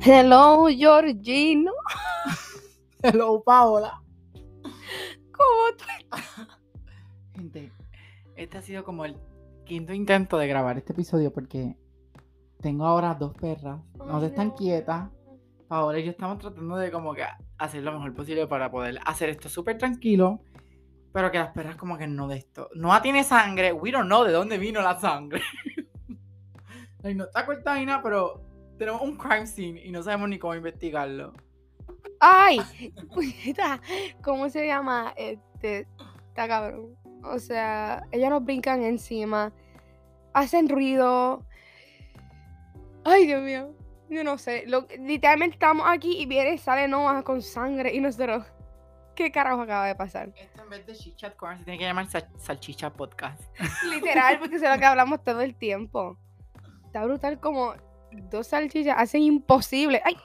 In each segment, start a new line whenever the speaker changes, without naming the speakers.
Hello, Georgino.
Hello, Paola.
¿Cómo tú?
Gente, este ha sido como el quinto intento de grabar este episodio porque tengo ahora dos perras. No se están quietas. Paola y yo estamos tratando de como que hacer lo mejor posible para poder hacer esto súper tranquilo. Pero que las perras como que no de esto. Noah tiene sangre. We don't know de dónde vino la sangre. Ay, no está cortada ni nada, pero tenemos un crime scene y no sabemos ni cómo investigarlo.
Ay, puñeta, ¿cómo se llama? Este, está cabrón. O sea, ellas nos brincan encima, hacen ruido. Ay, Dios mío. Yo no sé. Lo, literalmente estamos aquí y viene, sale Noah con sangre y nosotros. ¿Qué carajo acaba de pasar?
Esto en vez de Chichat Corner se tiene que llamar sal- Salchicha Podcast.
Literal, porque es lo que hablamos todo el tiempo. Está brutal como dos salchichas hacen imposible. Ay,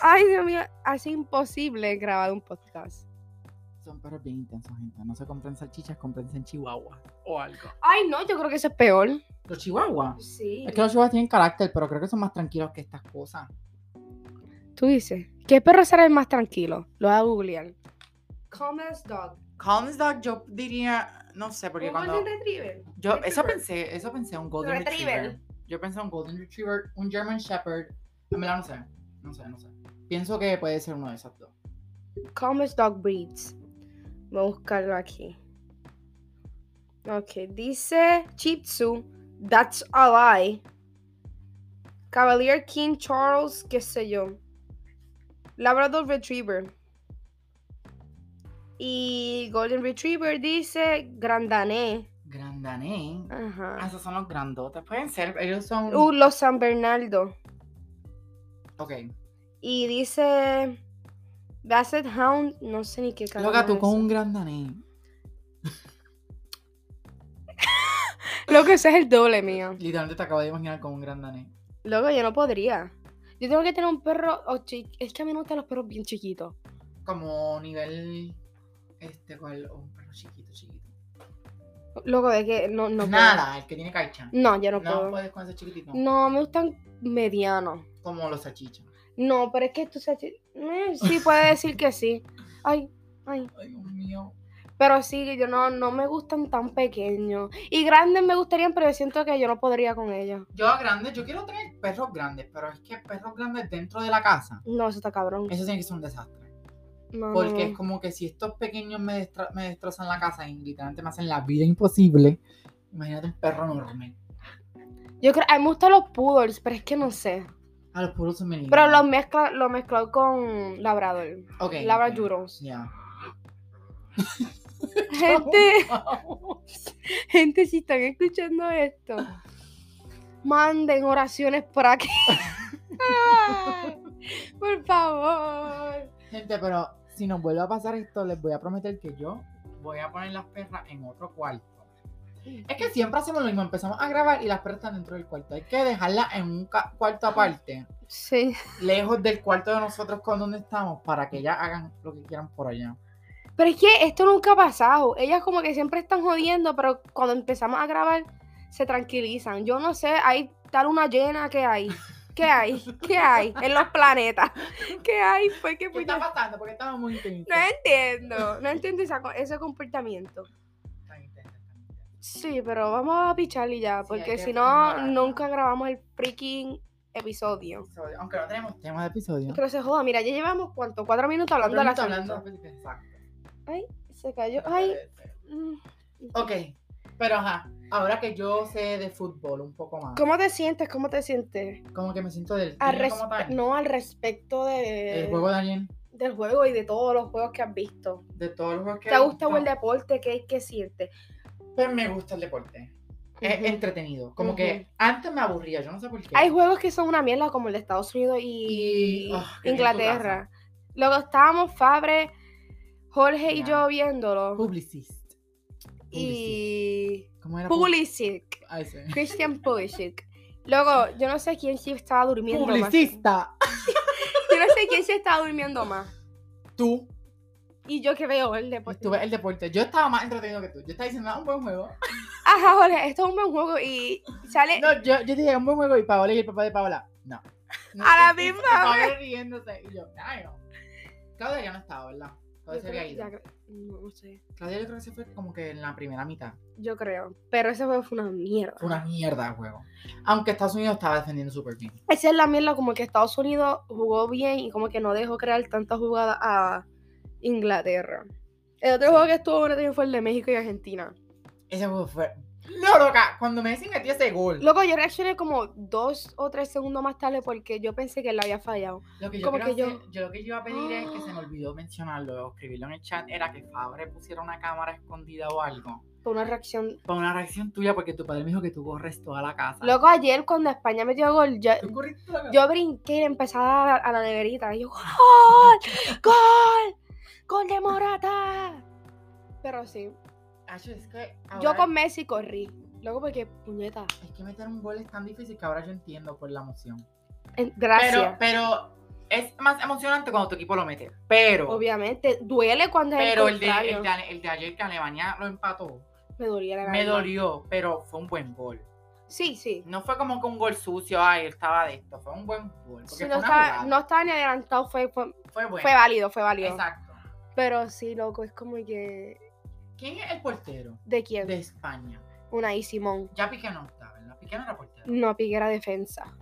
ay, Dios mío, hace imposible grabar un podcast.
Son perros bien intensos, gente. No se compren salchichas, comprense en Chihuahua o algo.
Ay, no, yo creo que eso es peor.
¿Los Chihuahuas?
Sí.
Es que los Chihuahuas tienen carácter, pero creo que son más tranquilos que estas cosas.
Tú dices, ¿qué perro será el más tranquilo? Lo voy a googlear. Calmest dog.
Collins Dog, yo diría, no sé, porque cuando.
retriever.
Yo, eso pensé, eso pensé, un Golden
Retriever.
Retriever. Yo pensé un Golden Retriever, un German Shepherd. En verdad, no sé. No sé, no sé. Pienso que puede ser uno de esos dos.
Calmest dog breeds. Voy a buscarlo aquí. Ok, dice Shih Tzu. That's a lie. Cavalier King Charles, qué sé yo. Labrador Retriever. Y Golden Retriever dice Grandané.
Grandané.
Ajá.
Ah, esos son los grandotes. Pueden ser, ellos son.
Uh, los San Bernardo.
ok.
Y dice Basset Hound, no sé ni qué carajo
Loca, tú
es
con
eso.
un Grandané.
Loco, ese es el doble mío.
Literalmente te acabo de imaginar con un Grandané.
Loco, yo no podría. Yo tengo que tener un perro. o chi- Es que a mí me gustan los perros bien chiquitos.
Como nivel. Este, cual. Un perro chiquito, chiquito.
Loco, es que no, no puedo.
Nada, el que tiene caicha.
No, yo no,
No,
puedo.
puedes con ese chiquitito.
No, me gustan medianos.
Como los salchichas.
No, pero es que tú sabes. eh, sí, puede decir que sí. Ay, ay.
Ay, Dios mío.
Pero sí, yo no, no me gustan tan pequeños. Y grandes me gustarían, pero yo siento que yo no podría con ellos.
Yo a grandes, yo quiero tener perros grandes, pero es que perros grandes dentro de la casa,
No, eso está cabrón.
eso tiene que ser un desastre.
No, no,
Porque
no.
es como que si estos pequeños me, destra- me destrozan la casa y literalmente me hacen la vida imposible, imagínate un perro enorme.
Yo creo, a mí me gustan los poodles, pero es que no sé.
A los puros son bien
Pero
lindos.
los mezcla, lo mezcló con labrador.
Ok, ok.
Labradoodles.
Ya.
Gente, gente, si están escuchando esto, manden oraciones por aquí. Ay, por favor.
Gente, pero si nos vuelve a pasar esto, les voy a prometer que yo voy a poner las perras en otro cuarto. Es que siempre hacemos lo mismo, empezamos a grabar y las perras están dentro del cuarto. Hay que dejarlas en un ca- cuarto aparte,
Sí.
lejos del cuarto de nosotros con donde estamos, para que ellas hagan lo que quieran por allá.
Pero es que esto nunca ha pasado. Ellas como que siempre están jodiendo, pero cuando empezamos a grabar se tranquilizan. Yo no sé, hay tal una llena que hay. ¿Qué hay? ¿Qué hay? En los planetas. ¿Qué hay? Fue que
¿Qué está pasando? Porque estamos muy intensos.
No entiendo, no entiendo esa co- ese comportamiento.
Están intensos, están intensos.
Sí, pero vamos a pichar y ya,
Sí, hay
porque
que
si no,
ignorar.
nunca grabamos el freaking episodio.
Episodio, Aunque no tenemos tema de episodio.
Pero se joda, mira, ya llevamos cuánto, cuatro minutos
Pero
hablando de la
estamos hablando pues,
salsa.
Exacto.
Se cayó. Ay, mm.
Ok, pero ajá, ahora que yo sé de fútbol un poco más,
¿cómo te sientes? ¿Cómo te sientes?
como que me siento del
Al
dime cómo
respe-
tal.
no, al respecto de,
El juego de alguien,
del juego y de todos los juegos que has visto.
de todos los juegos que
¿Te ha gustado
no,
el deporte? ¿Qué, qué sientes?
Pues me gusta el deporte. Es
Ujú.
entretenido. Como que antes me aburría, yo no sé por qué.
Hay juegos que son una mierda, como el de Estados Unidos y,
Y- ah, que en tu
Inglaterra. Luego estábamos Fabre, Jorge y
Ya.
yo viéndolo.
Publicist.
y
¿Cómo era?
Pulisic,
Ah, ese.
Christian Pulisic. Luego, yo no sé quién sí estaba durmiendo más.
Publicista.
Yo no sé quién sí estaba durmiendo más.
Tú.
Y yo que veo el
Pues
deporte.
tú ves el deporte. Yo estaba más entretenido que tú. Yo estaba diciendo, ah, un buen juego.
Ajá, Jorge, esto es un buen juego y sale.
No, yo, yo dije, un buen juego. Y Paola y el papá de Paola, no. no,
Eh. A la
y- y- y
misma
Pablo riéndose. Y yo, ay, no. Claudia ya no estaba, ¿verdad? Claudia
Yo
se había
creo,
ido.
ya cre- no, no sé.
Claudia yo creo que se fue como que en la primera mitad.
Yo creo. Pero ese juego fue una mierda.
Fue una mierda de juego. Aunque Estados Unidos estaba defendiendo súper bien.
Esa es la mierda, como que Estados Unidos jugó bien y como que no dejó crear tantas jugadas a Inglaterra. El otro juego que estuvo bueno también fue el de México y Argentina.
Ese juego fue... ¡No, loca! Cuando Messi metió ese gol.
Luego yo reaccioné como dos o tres segundos más tarde porque yo pensé que él había fallado.
Lo que yo,
Como
quiero
que yo- Ah.
hacer- yo lo que yo iba a pedir es que se me olvidó mencionarlo, o escribirlo en el chat, era que Fabre pusiera una cámara escondida o algo.
Fue una reacción.
Para una reacción tuya, porque tu padre me dijo que tú corres toda la casa.
Luego ayer cuando España metió gol, yo,
Tú corriste toda la casa.
yo brinqué y empecé a dar a la neverita. Y yo, ¡Gol! ¡Gol! ¡Gol de Morata! Pero sí,
Acho, es que
yo
ahora-
con Messi corrí. Luego porque, puñeta,
Es que meter un gol es tan difícil que ahora yo entiendo por la emoción.
en-
Pero,
gracias.
pero es más emocionante cuando tu equipo lo mete. Pero,
Obviamente, duele cuando es
pero
el
el, de,
contrario.
el, de, Ale- el de ayer que Alemania lo empató,
Me dolía la
me
alma.
dolió, pero fue un buen gol.
Sí, sí.
No fue como que un gol sucio, ay, estaba de esto. Fue un buen gol. Porque
Si
fue
no,
una
estaba,
jugada.
no estaba ni adelantado, fue, fue,
Fue bueno.
fue válido, fue válido.
Exacto.
Pero sí, loco, es como que.
¿Quién es el portero
¿De quién?
de España?
Una y Simón.
Ya Piqué no está, ¿verdad? Piqué no era portero.
No, Piqué era defensa.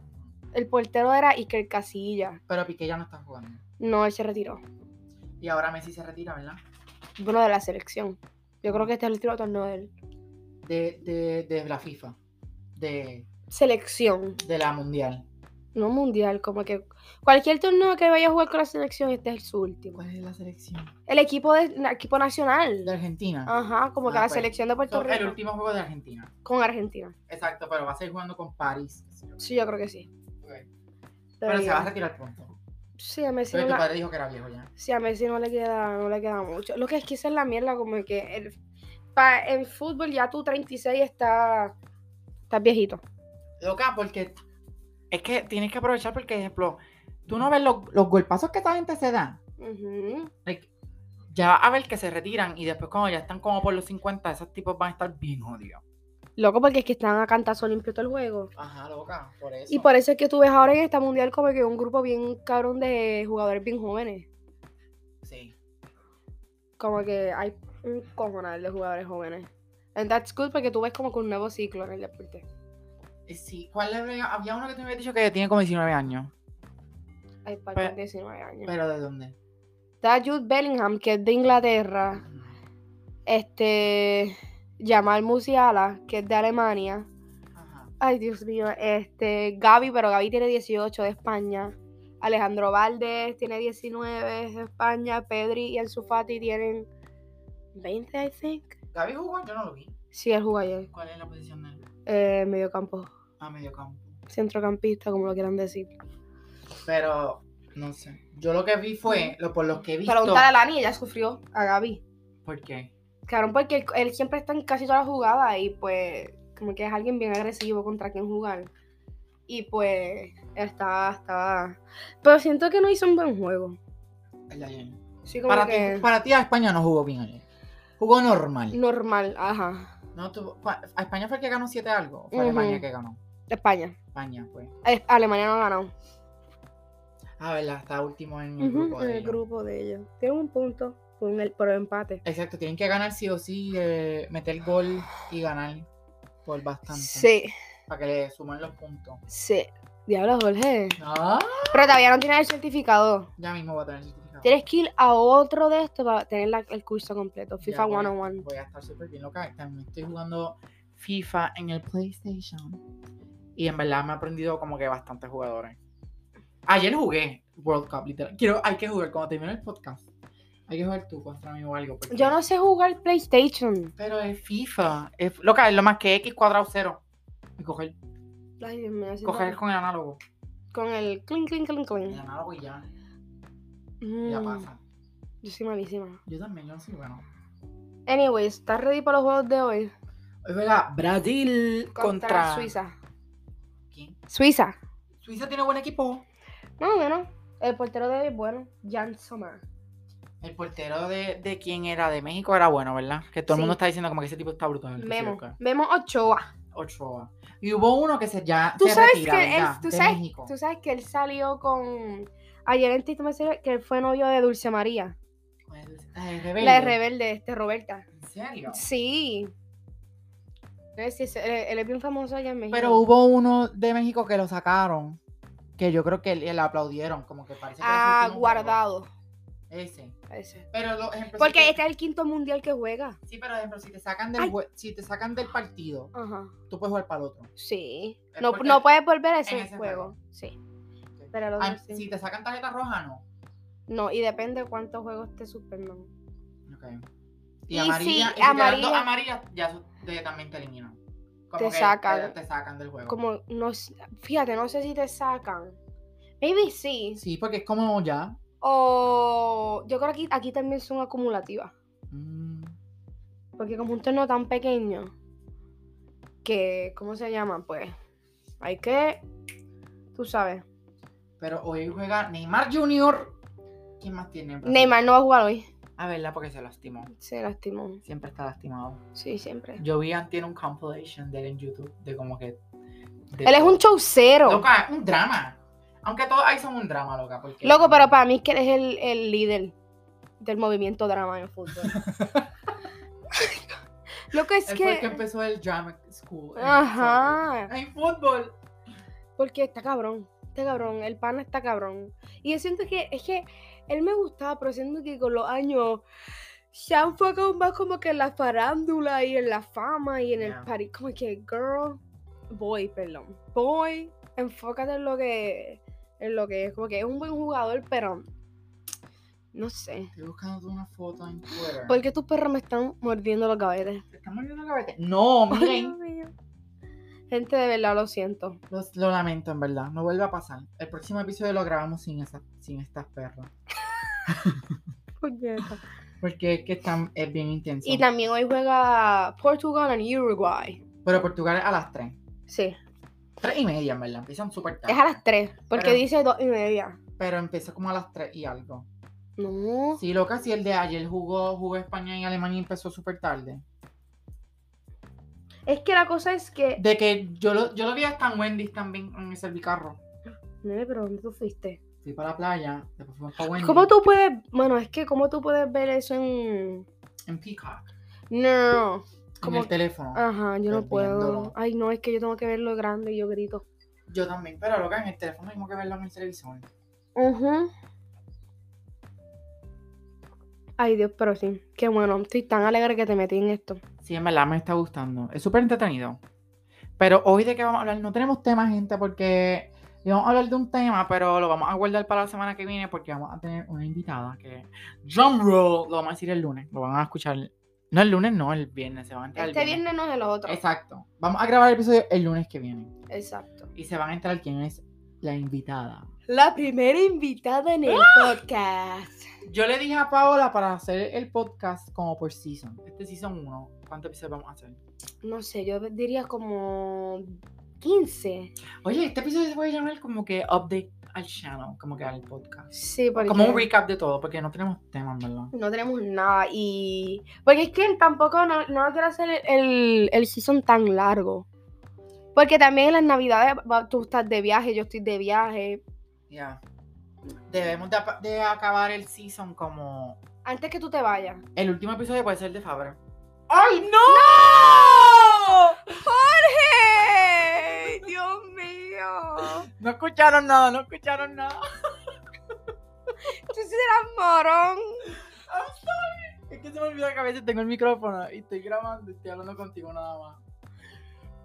El portero era Iker Casilla.
Pero Piqué ya no está jugando.
No, él se retiró.
Y ahora Messi se retira, ¿verdad?
Bueno, de la selección. Yo creo que este es el último torneo de él.
De, de, de la FIFA. De,
Selección,
de la Mundial.
no mundial. Como que cualquier torneo que vaya a jugar con la selección, este es su último.
¿Cuál es la selección?
El equipo, de, el equipo nacional.
De Argentina.
Ajá, como que
Ah,
la
pues,
selección de Puerto
So, el
Rico
último juego de Argentina.
con Argentina.
Exacto, pero va a seguir jugando con París.
Sí, yo creo que sí.
Ok.
Pero
Pero se
ya.
va a retirar pronto.
Sí, a Messi,
Pero
no
tu
la-
padre dijo que era viejo ya.
sí, a Messi no le queda, no le queda mucho. Lo que es que esa es la mierda, como que el, pa, el fútbol ya tú 36 está, estás viejito.
Loca, porque es que tienes que aprovechar porque, ejemplo, tú no ves los, los golpazos que esta gente se da.
Ujú.
Like, ya a ver que se retiran y después cuando ya están como por los 50, esos tipos van a estar bien jodidos.
Loco, porque es que están a cantazo limpio todo el juego.
Ajá, loca, por eso.
Y por eso es que tú ves ahora en esta mundial como que un grupo bien cabrón de jugadores bien jóvenes.
Sí.
Como que hay un cojonal de jugadores jóvenes. And that's good porque tú ves como que un nuevo ciclo en el deporte.
Y sí, ¿cuál era? Había uno que te había dicho que tiene como 19 años.
Hay para
Pero-
con 19 años.
¿Pero de dónde?
Está Jude Bellingham, que es de Inglaterra. este Jamal Musiala, que es de Alemania.
Ajá.
Ay, Dios mío, este Gaby, pero Gaby tiene 18 de España. Alejandro Valdés tiene 19 de España. Pedri y Ansu Fati tienen 20, I think.
Gaby jugó, yo no lo vi.
Sí, él jugó ayer.
¿Cuál es la posición de él?
Eh, mediocampo,
A medio campo.
centrocampista, como lo quieran decir.
Pero, no sé. Yo lo que vi fue, lo, por los que he visto.
Pero un tal Alani, ella sufrió a Gaby.
¿Por qué?
Claro, porque él, él siempre está en casi todas las jugadas y pues como que es alguien bien agresivo contra quien jugar. Y pues estaba, estaba... Pero siento que no hizo un buen juego.
El de ayer.
Sí, como
Para,
que
ti, para ti a España no jugó bien ayer. Jugó normal.
normal, ajá.
No tuvo- cua- ¿A España fue el que ganó 7 algo? ¿O fue
Ujú.
Alemania que ganó?
España.
España, pues.
Eh, Alemania no ha ganado.
Ah, verdad, está último en el
Ujú,
grupo.
en
de
el
ellos.
grupo de ellos. Tiene un punto por, un- por el empate.
Exacto, tienen que ganar sí o sí, eh, meter gol y ganar por bastante.
Sí,
Para que le sumen los puntos.
sí. Diablo, Jorge.
Ah,
Pero todavía no tienes el certificado.
ya mismo voy a tener certificado.
Tienes que ir a otro de estos para tener la- el curso completo.
Ya
FIFA
voy a-
101.
Voy a estar súper bien loca. También estoy jugando FIFA en el PlayStation. Y en verdad me he aprendido como que bastantes jugadores. Ayer jugué World Cup, literal. Quiero, hay que jugar cuando termine el podcast. Hay que jugar tú contra mí o algo. porque-
Yo no sé jugar PlayStation.
Pero es FIFA. Es, loca, es lo más que X cuadrado cero. Y coger,
Ay, Dios mío, siento
coger
que-
con el análogo.
con el clink, clink, clink,
El
clink.
análogo y ya.
Mm,
Ya pasa.
yo soy malísima.
Yo también, yo no soy bueno.
Anyways, ¿estás ready para los juegos de hoy?
Es verdad, Brasil contra,
Suiza.
¿Quién?
Suiza.
Suiza tiene buen equipo.
Más o menos. El portero de hoy es bueno, Jan Sommer.
El portero de, de quién era de México era bueno, ¿verdad? Que todo el
Sí.
mundo está diciendo como que ese tipo está brutal. que sí,
Memo.
loca.
Memo Ochoa.
Ochoa. Y hubo uno que se ya
Tú
se
sabes
retira,
que él-
¿verdad?
tú
de
sabes-
México.
Tú sabes que él salió con. Ayer en Tito me salió que él fue novio de Dulce María,
La de rebelde.
la de rebelde, este, Roberta.
¿En serio?
Sí. Eh, No sé si es- él, él es bien famoso allá en México.
Pero hubo uno de México que lo sacaron, que yo creo que le le aplaudieron, como que parece que era su
Ah,
último juego.
guardado.
Ese.
ese.
Pero lo- ejemplo, si
Porque
te-
este es el quinto mundial que juega.
Sí, pero ejemplo, si te sacan del
Ay.
jue- si te sacan del partido,
Ajá.
tú puedes jugar para el otro.
Sí.
Es
No,
porque
no puedes volver a ese,
ese
juego.
juego.
Sí. Pero lo
Ah,
otro sí.
Si te sacan tarjeta roja, no.
No, y depende de cuántos juegos te suspendan.
Ok.
Y
Y,
si
amarilla, y si te dan
amarilla-
dos amarillas, ya su- te- también te eliminan. Como
Te
que
sacan.
Te, te sacan del juego.
Como, no, s- fíjate, no sé si te sacan. Maybe sí.
Sí, porque es como ya.
O yo creo que aquí, aquí también son acumulativas.
mm,
Porque como un torneo tan pequeño, que, ¿cómo se llama? Pues hay que, tú sabes.
Pero hoy juega Neymar Jr. ¿Quién más tiene? en Brasil?
Neymar no va a jugar hoy.
Ah, ¿verdad? Porque se lastimó.
Se lastimó.
Siempre está lastimado.
Sí, siempre.
Yo vi tiene un compilation de él en YouTube de como que. de
Él es
todo.
un showcero. Loco,
Loca, un drama. Aunque todos ahí son un drama, loca. Porque...
pero para mí es que él es el, el líder del movimiento drama en el fútbol. Lo que es
Él
que...
fue el que empezó el drama school. en
Ajá.
soccer. En fútbol.
Porque está cabrón, está cabrón, el pana está cabrón. Y yo siento que, es que él me gustaba, pero siento que con los años se han enfocado más como que en la farándula y en la fama y en el
Ya.
party. Como que, girl, boy, perdón, boy, enfócate en lo que, en lo que es. Como que es un buen jugador, pero no sé.
Estoy buscando una foto en Twitter.
¿Por qué tus perros me están mordiendo los cabetes?
¿Te están mordiendo la cabeza? No,
Ay, Dios
miren.
mío. Gente, de verdad lo siento.
Los- lo lamento, en verdad. No vuelve a pasar. El próximo episodio lo grabamos sin, esa, sin estas perras.
Puñeta.
Porque es que están, es bien intenso.
Y también hoy juega Portugal y Uruguay.
Pero Portugal es a las 3.
Sí, Ah,
3 y media, en verdad. Empiezan súper tarde.
es a las 3, porque
Pero-
dice 2 y media.
Pero empieza como a las 3 y algo.
No,
Sí, loca, si el de ayer jugó, jugó España y Alemania y empezó súper tarde.
es que la cosa es que...
De que yo lo, yo lo vi hasta en Wendy's también en el servicarro.
Nene, pero ¿dónde tú fuiste?
Fui para la playa, después fuimos para Wendy's.
¿Cómo tú puedes...? Bueno, es que ¿cómo tú puedes ver eso en...?
En Peacock.
No, no, no.
Con
Como-
el teléfono.
Ajá, yo no
Estás viéndolo.
puedo. Ay, no, es que yo tengo que verlo grande y yo grito.
Yo también, pero loca, en el teléfono tengo que verlo en el televisor.
Ujú. Ay, Dios, pero sí. Qué bueno, estoy tan alegre que te metí en esto.
Sí, en verdad me está gustando. Es súper entretenido. Pero hoy de qué vamos a hablar, no tenemos tema, gente, porque íbamos a hablar de un tema, pero lo vamos a guardar para la semana que viene porque vamos a tener una invitada que. Drum roll, lo vamos a decir el lunes, lo van a escuchar. No el lunes, no, el viernes, se van a enterar. el
Este viernes no es el otro.
Exacto. Vamos a grabar el episodio el lunes que viene.
Exacto.
Y se van a enterar quién es la invitada.
La primera invitada en el podcast.
Yo le dije a Paola para hacer el podcast como por season. Este season 1, ¿cuántos episodios vamos a hacer?
No sé, yo diría como 15.
Oye, este episodio se puede llamar como que update al channel, como que al podcast.
Sí, porque
Como un recap de todo, porque no tenemos temas, ¿verdad?
no tenemos nada. Y. Porque es que tampoco no, no quiero hacer el, el, el season tan largo. Porque también en las navidades va- tú estás de viaje, yo estoy de viaje.
Ya. Debemos de, apa- de acabar el season como...
Antes que tú te vayas.
El último episodio puede ser de Fabra. ¡Ay, no!
¡Jorge! ¡Dios mío!
No escucharon nada, no escucharon nada.
¡Tú sí eras morón!
Es que se me olvida que a veces tengo el micrófono y estoy grabando y estoy hablando contigo nada más.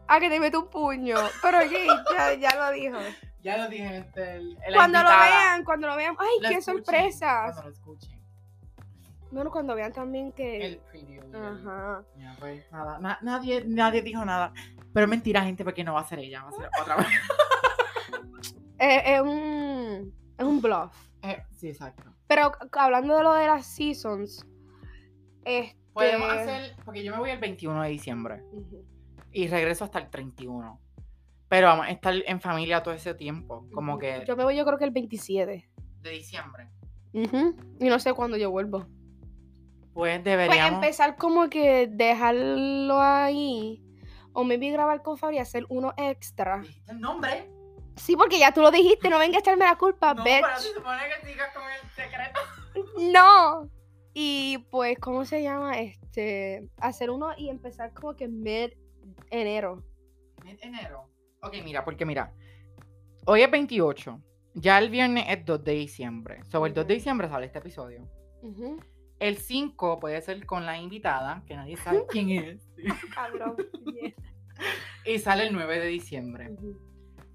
Ah, que te meto un puño. Pero oye, ya, ya lo dijo.
Ya lo dije, este, el, la
Cuando lo
invitada,
vean, cuando lo vean. ¡Ay,
lo
qué
escuchen,
sorpresa!
Cuando lo escuchen.
Bueno, cuando vean también que.
El preview. y el-
Ajá.
Ya, pues, nada, na- nadie, nadie dijo nada. Pero es mentira, gente, porque no va a ser ella, va a ser otra vez.
Eh, Es, un, es un bluff.
Eh, sí, exacto.
Pero c- hablando de lo de las seasons, este.
Podemos hacer, porque yo me voy el 21 de diciembre
Ujú.
y regreso hasta el 31. Pero vamos a estar en familia todo ese tiempo, como que
Yo me voy, yo creo que el 27.
de diciembre.
Ujú. Y no sé cuándo yo vuelvo.
Pues
Pues
deberíamos...
empezar como que dejarlo ahí. O maybe grabar con Fabri y hacer uno extra.
¿Dijiste el nombre?
Sí, porque ya tú lo dijiste, no venga a echarme la culpa,
no,
bitch.
pero se supone que sigas con el secreto.
No. Y pues, ¿cómo se llama? Este, hacer uno y empezar como que mid enero.
En enero. Ok, mira, porque mira. Hoy es 28. Ya el viernes es 2 de diciembre. Sobre el 2 de
Ujú.
diciembre sale este episodio. El 5 puede ser con la invitada, que nadie sabe quién es.
Cabrón.
Y sale el 9 de diciembre.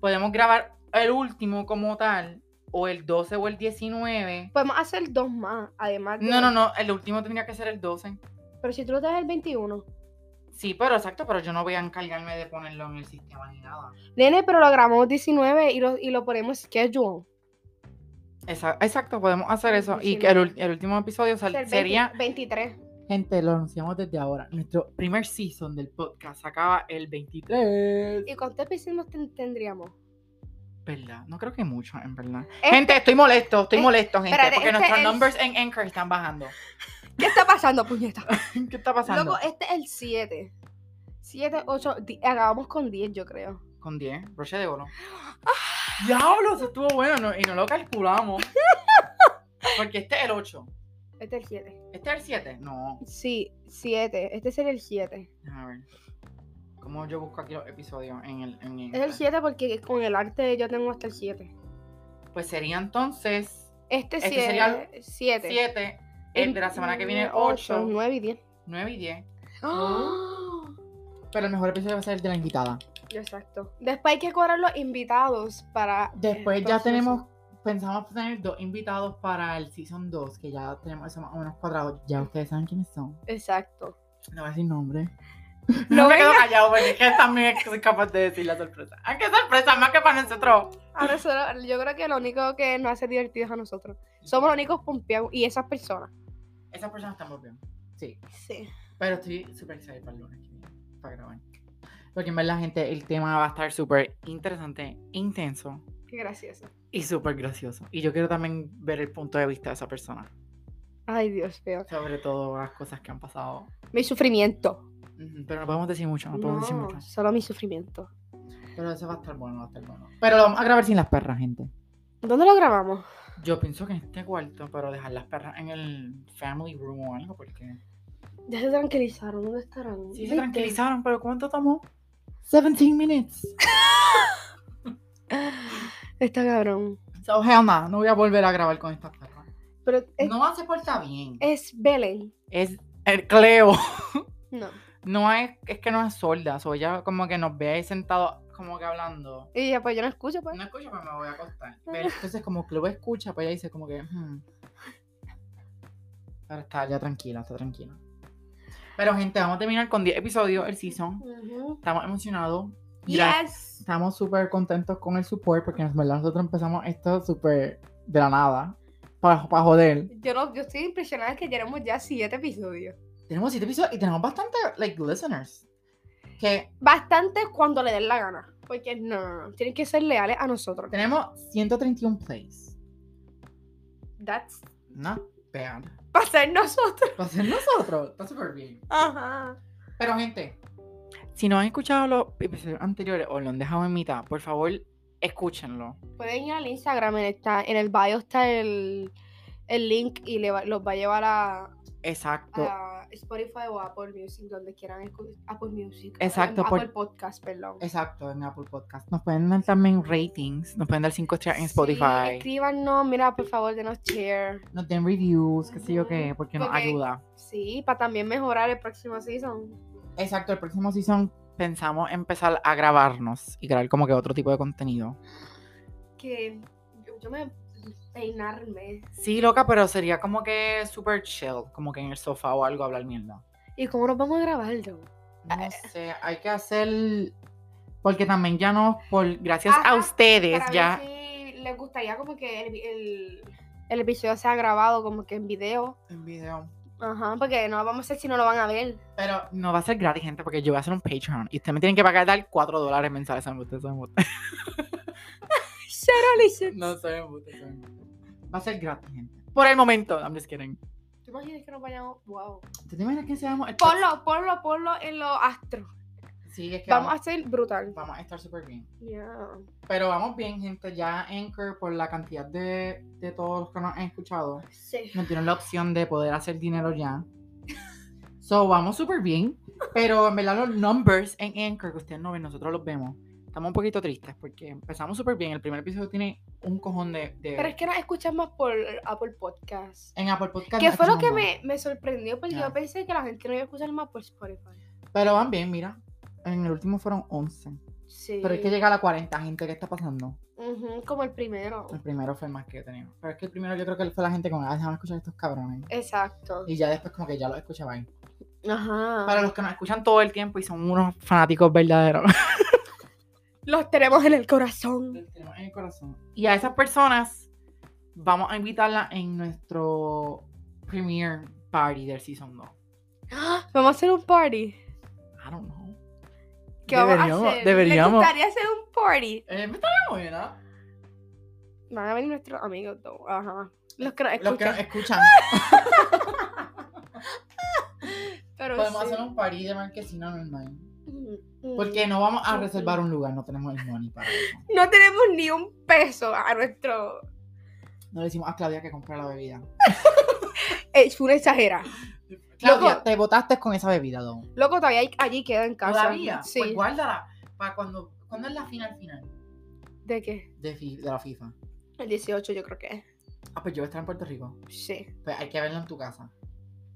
Podemos grabar el último como tal, o el 12 o el 19.
Podemos hacer dos más, además. de-
No, no, no, el último tendría que ser el 12.
Pero si tú lo traes el 21.
Sí, pero exacto, pero yo no voy a encargarme de ponerlo en el sistema ni nada.
Nene, pero lo grabamos 19 y lo, y lo ponemos schedule.
Esa- exacto, podemos hacer eso. Y que el, ul- el último episodio sal-
O sea, el 20
sería
23.
Gente, lo anunciamos desde ahora. Nuestro primer season del podcast acaba el 23.
¿Y cuántos episodios ten- tendríamos?
¿Verdad? No creo que mucho, en verdad.
Este-
Gente, estoy molesto, estoy
Eh,
molesto, gente.
espérate,
porque
este
nuestros
es-
numbers en Anchor están bajando.
¿Qué está pasando, puñeta?
¿Qué está pasando?
Loco, este es el 7. 7, 8, acabamos con 10, yo creo.
Con 10, broche de oro.
Ah.
Diablo, eso estuvo bueno no- y no lo calculamos. Porque este es el 8.
Este es el 7.
¿Este es el 7? No.
Sí, 7. Este sería el 7.
A ver. ¿Cómo yo busco aquí los episodios en el. En
Es el
Anchor?
7 porque con el arte yo tengo hasta el 7.
Pues sería entonces
Este
Este
7.
sería
7.
7. El de la semana que viene, 8.
9 y 10.
9 y 10. ¡Ah! Pero el mejor episodio va a ser el de la invitada.
Exacto. Después hay que cobrar los invitados para. el
Después ya
próximo
tenemos, pensamos tener dos invitados para el season 2, que ya tenemos eso más o menos cuadrado. Ya ustedes saben quiénes son.
se- Exacto.
No voy a decir nombre.
No
me quedo
venga.
callado porque es que también soy capaz de decir la sorpresa. Ah, qué sorpresa! Más que para nosotros.
Ahora solo- yo creo que lo único que nos hace divertidos a nosotros. Somos los únicos pompeados y esas personas.
Esas personas están muy bien. Sí.
Sí.
Pero estoy súper excited para el lunes que viene, para grabar. Porque en verdad, gente, el tema va a estar súper interesante, intenso
Qué gracioso.
y súper gracioso. Y yo quiero también ver el punto de vista de esa persona.
Ay, Dios mío.
Sobre todo las cosas que han pasado.
Mi sufrimiento.
Ujú, Pero no podemos decir mucho, no podemos decir mucho.
solo mi sufrimiento.
Pero eso va a estar bueno, va a estar bueno. Pero lo vamos a grabar sin las perras, gente.
¿Dónde lo grabamos?
Yo pienso que en este cuarto, pero dejar las perras en el family room o algo, porque.
Ya se tranquilizaron. ¿Dónde estarán?
Sí, se
¿Viste?
tranquilizaron, pero ¿cuánto tomó? 17 minutes.
Está cabrón.
So, hell no, no voy a volver a grabar con estas perras.
Pero es,
No hace porta bien.
es Belén.
Es el Cleo.
No.
No es, es que no es sorda, o ella como que nos ve ahí sentados, como que hablando.
Y ya, pues yo no escucho, pues. Ah.
No escucho, pero me voy a acostar. Pero entonces como que lo escucha, pues ella dice como que... "Hmm". Pero está ya tranquila, está tranquila. Pero gente, vamos a terminar con 10 episodios el season.
Ujú.
Estamos emocionados. Gra-
Yes.
Estamos súper contentos con el support porque en verdad nosotros empezamos esto súper de la nada. Para joder.
Yo, no, yo estoy impresionada que tenemos ya siete episodios.
Tenemos 7 episodios y tenemos bastante, like, listeners. Que
Bastante cuando le den la gana. Porque no, no, no. Tienen que ser leales a nosotros.
tenemos 131 plays.
That's
Not bad.
para ser nosotros.
Para ser nosotros, está súper bien.
Ajá.
Pero gente, si no han escuchado los episodios anteriores o lo han dejado en mitad, por favor, escúchenlo.
Pueden ir al Instagram, en, está, en el bio está el, el link y le va- los va a llevar a,
Exacto.
a Spotify o Apple Music, donde quieran escuchar. Apple Music. em,
Exacto,
Apple
por-
Podcast, perdón.
Exacto, en Apple Podcast. Nos pueden dar también ratings, nos pueden dar 5 estrellas en
Sí,
Spotify,
escríbanos, mira, por favor, denos share.
nos den reviews, qué sé yo qué,
Ujú,
porque nos
porque-
ayuda.
Sí, para también mejorar el próximo season.
Exacto, el próximo season pensamos empezar a grabarnos y crear como que otro tipo de contenido.
Que yo, yo me peinarme.
Sí, loca, pero sería como que super chill, como que en el sofá o algo hablar mierda.
¿Y cómo nos vamos a grabar, yo? Eh,
No sé, hay que hacer. Porque también ya no, por gracias a
Ajá,
ustedes, ya.
sí les gustaría como que el, el, el episodio sea grabado como que en video.
En video.
Ajá, porque no vamos a hacer si no lo van a ver.
Pero no va a ser gratis, gente, porque yo voy a hacer un Patreon. Y ustedes me tienen que pagar dar 4 dólares mensuales. Son ustedes, son ustedes. No sé, ustedes, son ustedes. Va a ser gratis, gente. Por el momento, I'm just kidding.
¿Tú imaginas que nos vayamos? Wow.
¿Tú te imaginas que seamos el
Ponlo, ponlo, ponlo en los astros.
Sí, es que
Vamos
vamos,
a ser brutal.
vamos a estar súper bien.
Yeah.
Pero vamos bien, gente. Ya Anchor, por la cantidad de, de todos los que nos han escuchado,
Sí.
nos dieron la opción de poder hacer dinero ya. So, vamos súper bien. Pero en verdad los numbers en Anchor, que ustedes no ven, nosotros los vemos. Estamos un poquito tristes porque empezamos súper bien. El primer episodio tiene un cojón de... de-
Pero es que nos escuchan más por Apple Podcast.
En Apple Podcast.
Que
nos
fue lo
escuchan
que
un
me, me sorprendió, porque
Ah.
yo pensé que la gente no iba a escuchar más por Spotify.
montón. Pero van bien, mira. En el último fueron 11.
Sí.
Pero es que llega a la 40, gente. ¿Qué está pasando?
Ujú, como el primero.
El primero fue el más que yo tenía. Pero es que el primero yo creo que fue la gente con, ah, déjame escuchar a estos cabrones.
Exacto.
Y ya después como que ya los escuchaban.
Ajá.
Para los que nos escuchan todo el tiempo y son unos fanáticos verdaderos.
Los tenemos en el corazón.
Los tenemos en el corazón. Y a esas personas vamos a invitarlas en nuestro premiere party del season 2.
¡Ah! Vamos a hacer un party.
I don't know.
¿Qué vamos
Deberíamos-
a hacer?
deberíamos.
Me gustaría hacer un party.
Eh, está bien buena.
Van a venir nuestros amigos, though. Ajá. Los que nos
Los que
escuchan.
nos escuchan.
Pero
Podemos
sí.
hacer un party de marquesina normal.
Mm, mm.
Porque no vamos a reservar un lugar, no tenemos el money para eso.
No tenemos ni un peso a nuestro.
No le decimos a Claudia que compre la bebida.
Es una exagera.
Claudia,
Loco.
te botaste con esa bebida, don.
Loco, todavía hay- allí queda en casa. Sí.
Pues guárdala para cuando. ¿Cuándo es la final final?
¿De qué?
De, fi- de la FIFA.
El 18, yo creo que es.
Ah, pues yo voy a estar en Puerto Rico.
Sí.
Pues hay que verla en tu casa.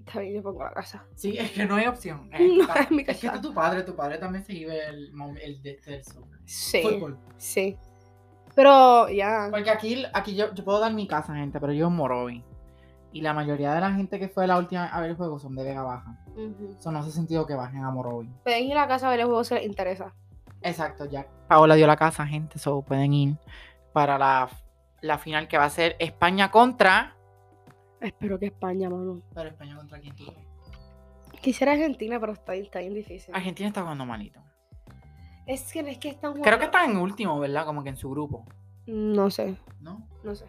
Está bien, yo pongo la casa.
Sí, es que no hay opción. Es,
No,
pa-
en mi
es que
casa.
tú, tu padre, tu padre también se vive el, mom- el de este del soccer.
Sí.
Fútbol.
Sí. Pero ya.
Porque aquí, aquí yo, yo puedo dar mi casa, gente, pero yo en Morovi. Y la mayoría de la gente que fue la última a ver el juego son de Vega Baja.
Ujú.
Eso no hace sentido que bajen a Morovi.
Pueden ir a la casa a ver el juego si les interesa.
Exacto, ya. Paola dio la casa, gente, so pueden ir para la, la final que va a ser España contra.
Espero que España, mano.
Pero España contra quién tú crees?
Quisiera Argentina, pero está, está bien difícil.
Argentina está jugando malito.
Es que es que están
Creo
jugando-
que está en último, ¿verdad? Como que en su grupo,
No sé.
¿no?
no sé.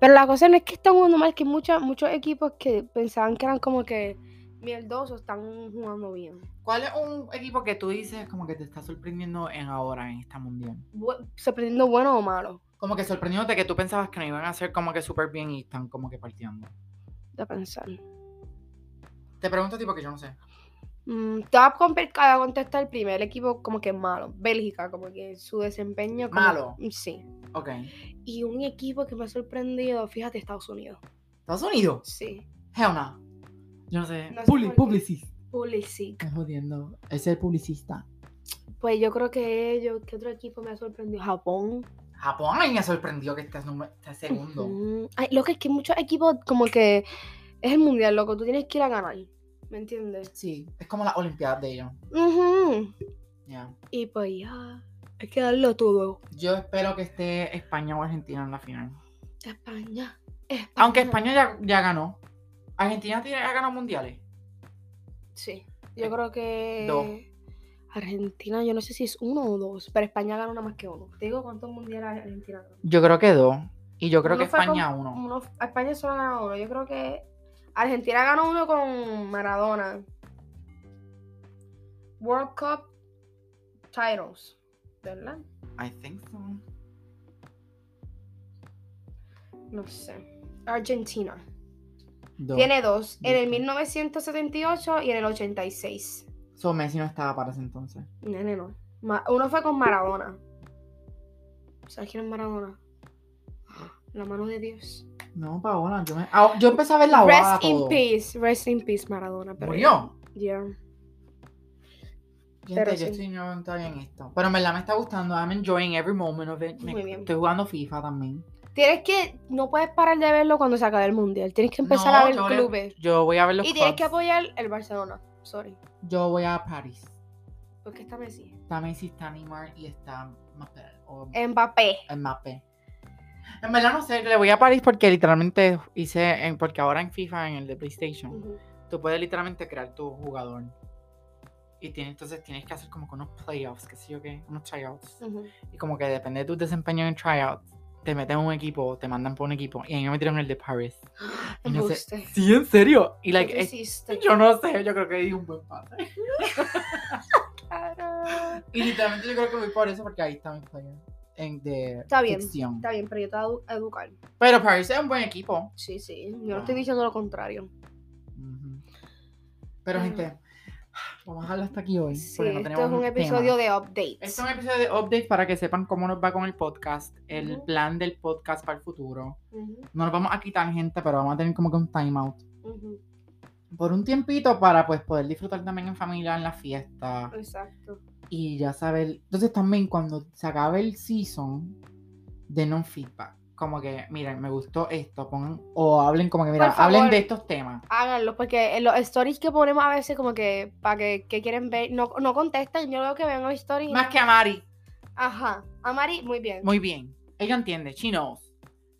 Pero la cosa no es que están jugando mal, que mucha- muchos equipos que pensaban que eran como que mierdosos están jugando bien.
¿Cuál es un equipo que tú dices como que te está sorprendiendo en ahora, en esta mundial?
Bu- sorprendiendo bueno o malo,
Como que sorprendiéndote que tú pensabas que no iban a hacer como que súper bien y están como que partiendo.
de pensar.
Te pregunto tipo que yo no sé.
Mm, te va a complicar contestar el primer equipo como que es malo. Bélgica, como que su desempeño. como- mm,
Malo.
Sí.
Ok.
Y un equipo que me ha sorprendido, fíjate, Estados Unidos.
¿Estados Unidos?
Sí.
Hell no. Yo no sé.
No sé
Publi-
por qué.
publicist.
Pulisic.
Estás jodiendo. Es el publicista.
Pues yo creo que ellos, ¿qué otro equipo me ha sorprendido? Japón.
Japón ay, me sorprendió que estés, nume- estés segundo.
Ujú. Ay, loco, es que muchos equipos como que es el mundial, loco, tú tienes que ir a ganar, ¿me entiendes?
Sí, es como las Olimpiadas de ellos.
Ujú.
ya.
Y pues ya, hay que darlo todo.
Yo espero que esté España o Argentina en la final.
España, España.
Aunque España ya, ya ganó. Argentina tiene, ha ganado mundiales.
Sí, yo creo que...
Eh, Dos.
Argentina, yo no sé si es uno o dos, pero España gana una más que uno. Te digo cuántos mundiales Argentina ganó.
Yo creo que dos. Y yo creo
Uno
que
fue
España uno.
Uno- España solo gana uno, yo creo que Argentina ganó uno con Maradona. World Cup Titles, ¿verdad?
I think so.
No sé. Argentina.
Dos.
Tiene dos. En el
Viste.
1978 y en el 86.
So, Messi no estaba para ese entonces.
Nene, no. Ma- Uno fue con Maradona. ¿Sabes quién es Maradona? La mano de Dios.
No, Paola. Yo, me- ah, yo empecé a ver la hora.
Rest in peace. Rest in peace, Maradona. Pero
Murió.
Yeah.
Gente,
Pero
yo
sí.
estoy no todavía en esto. Pero en verdad me está gustando. I'm enjoying every moment of it. Me-
Muy bien.
Estoy jugando FIFA también.
Tienes que. No puedes parar de verlo cuando se acabe el mundial. Tienes que empezar
No,
a ver
yo le-
clubes.
Yo voy a ver los
Y tienes que
clubs.
apoyar el Barcelona. Sorry.
Yo voy a París.
Porque está Messi.
Está Messi, está Neymar y está Mbappé. O
Mbappé.
Mbappé. En verdad no sé, le voy a París porque literalmente hice, en- porque ahora en FIFA, en el de PlayStation,
Ujú.
tú puedes literalmente crear tu jugador. Y tienes, entonces tienes que hacer como que unos playoffs, qué sé yo qué, unos tryouts.
Ujú.
Y como que depende de tu desempeño en tryouts, te meten en un equipo, te mandan por un equipo. Y a mí me metieron en el de París. Y no sé,
Embuste.
sí, en serio. Y
¿Qué
like,
tú
es-
hiciste?
yo no sé, yo creo que di un buen pase.
Cara.
Y literalmente yo creo que voy por eso porque ahí está mi player. En de
Está bien,
ficción.
Está bien, pero yo te voy a edu- educar.
Pero Paris es un buen equipo.
Sí, sí. Yo no
Ah.
estoy diciendo lo contrario.
Ujú. Pero,
Ajá.
gente, vamos a dejarlo hasta aquí hoy.
Sí,
porque no
esto es
tenemos
un episodio
tema.
de updates.
Este es un episodio de update para que sepan cómo nos va con el podcast, el
Ujú.
plan del podcast para el futuro.
Ujú,
No nos vamos a quitar gente, pero vamos a tener como que un timeout
ujú,
por un tiempito para pues poder disfrutar también en familia, en la fiesta
Exacto.
y ya saber. Entonces también cuando se acabe el season de non feedback, como que miren, me gustó esto, pongan o hablen como que mira,
Por favor.
hablen de estos temas.
Háganlo, porque en los stories que ponemos a veces, como que para que, que quieren ver, no, no contestan. Yo veo que ven los stories. y-
Más que a Mari.
Ajá. Amari, muy bien.
Muy bien. Ella entiende, chinos.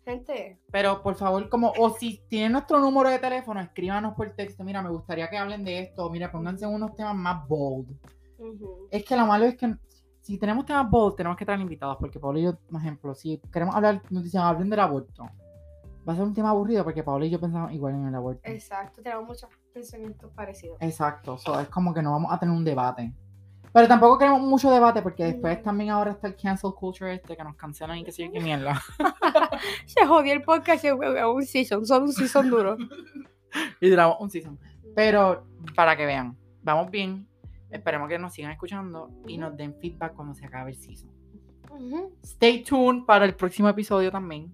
Gente,
Pero por favor, como, o si tienen nuestro número de teléfono, escríbanos por texto. Mira, me gustaría que hablen de esto. Mira, pónganse unos temas más bold.
ujú,
Es que lo malo es que si tenemos temas bold, tenemos que traer invitados. Porque Pablo y yo, por ejemplo, si queremos hablar, nos dicen, hablen del aborto. Va a ser un tema aburrido porque Pablo y yo pensamos igual en el aborto.
exacto. Tenemos muchos pensamientos parecidos.
Exacto. So, es como que no vamos a tener un debate. Pero tampoco queremos mucho debate porque después
Mm.
también ahora está el cancel culture este que nos cancelan y que siguen que mierda.
Se jodió el podcast, se fue a un season, solo un season duro.
y duramos un season. Pero para que vean, vamos bien. Esperemos que nos sigan escuchando y nos den feedback cuando se acabe el season.
Ujú.
Stay tuned para el próximo episodio también.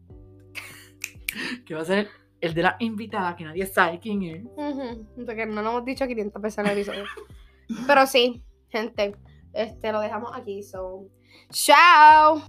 Que va a ser el, el de la invitada, que nadie sabe quién es.
Ujú, Porque no lo hemos dicho 500 veces en el episodio. Pero sí, gente, este lo dejamos aquí. So, chao.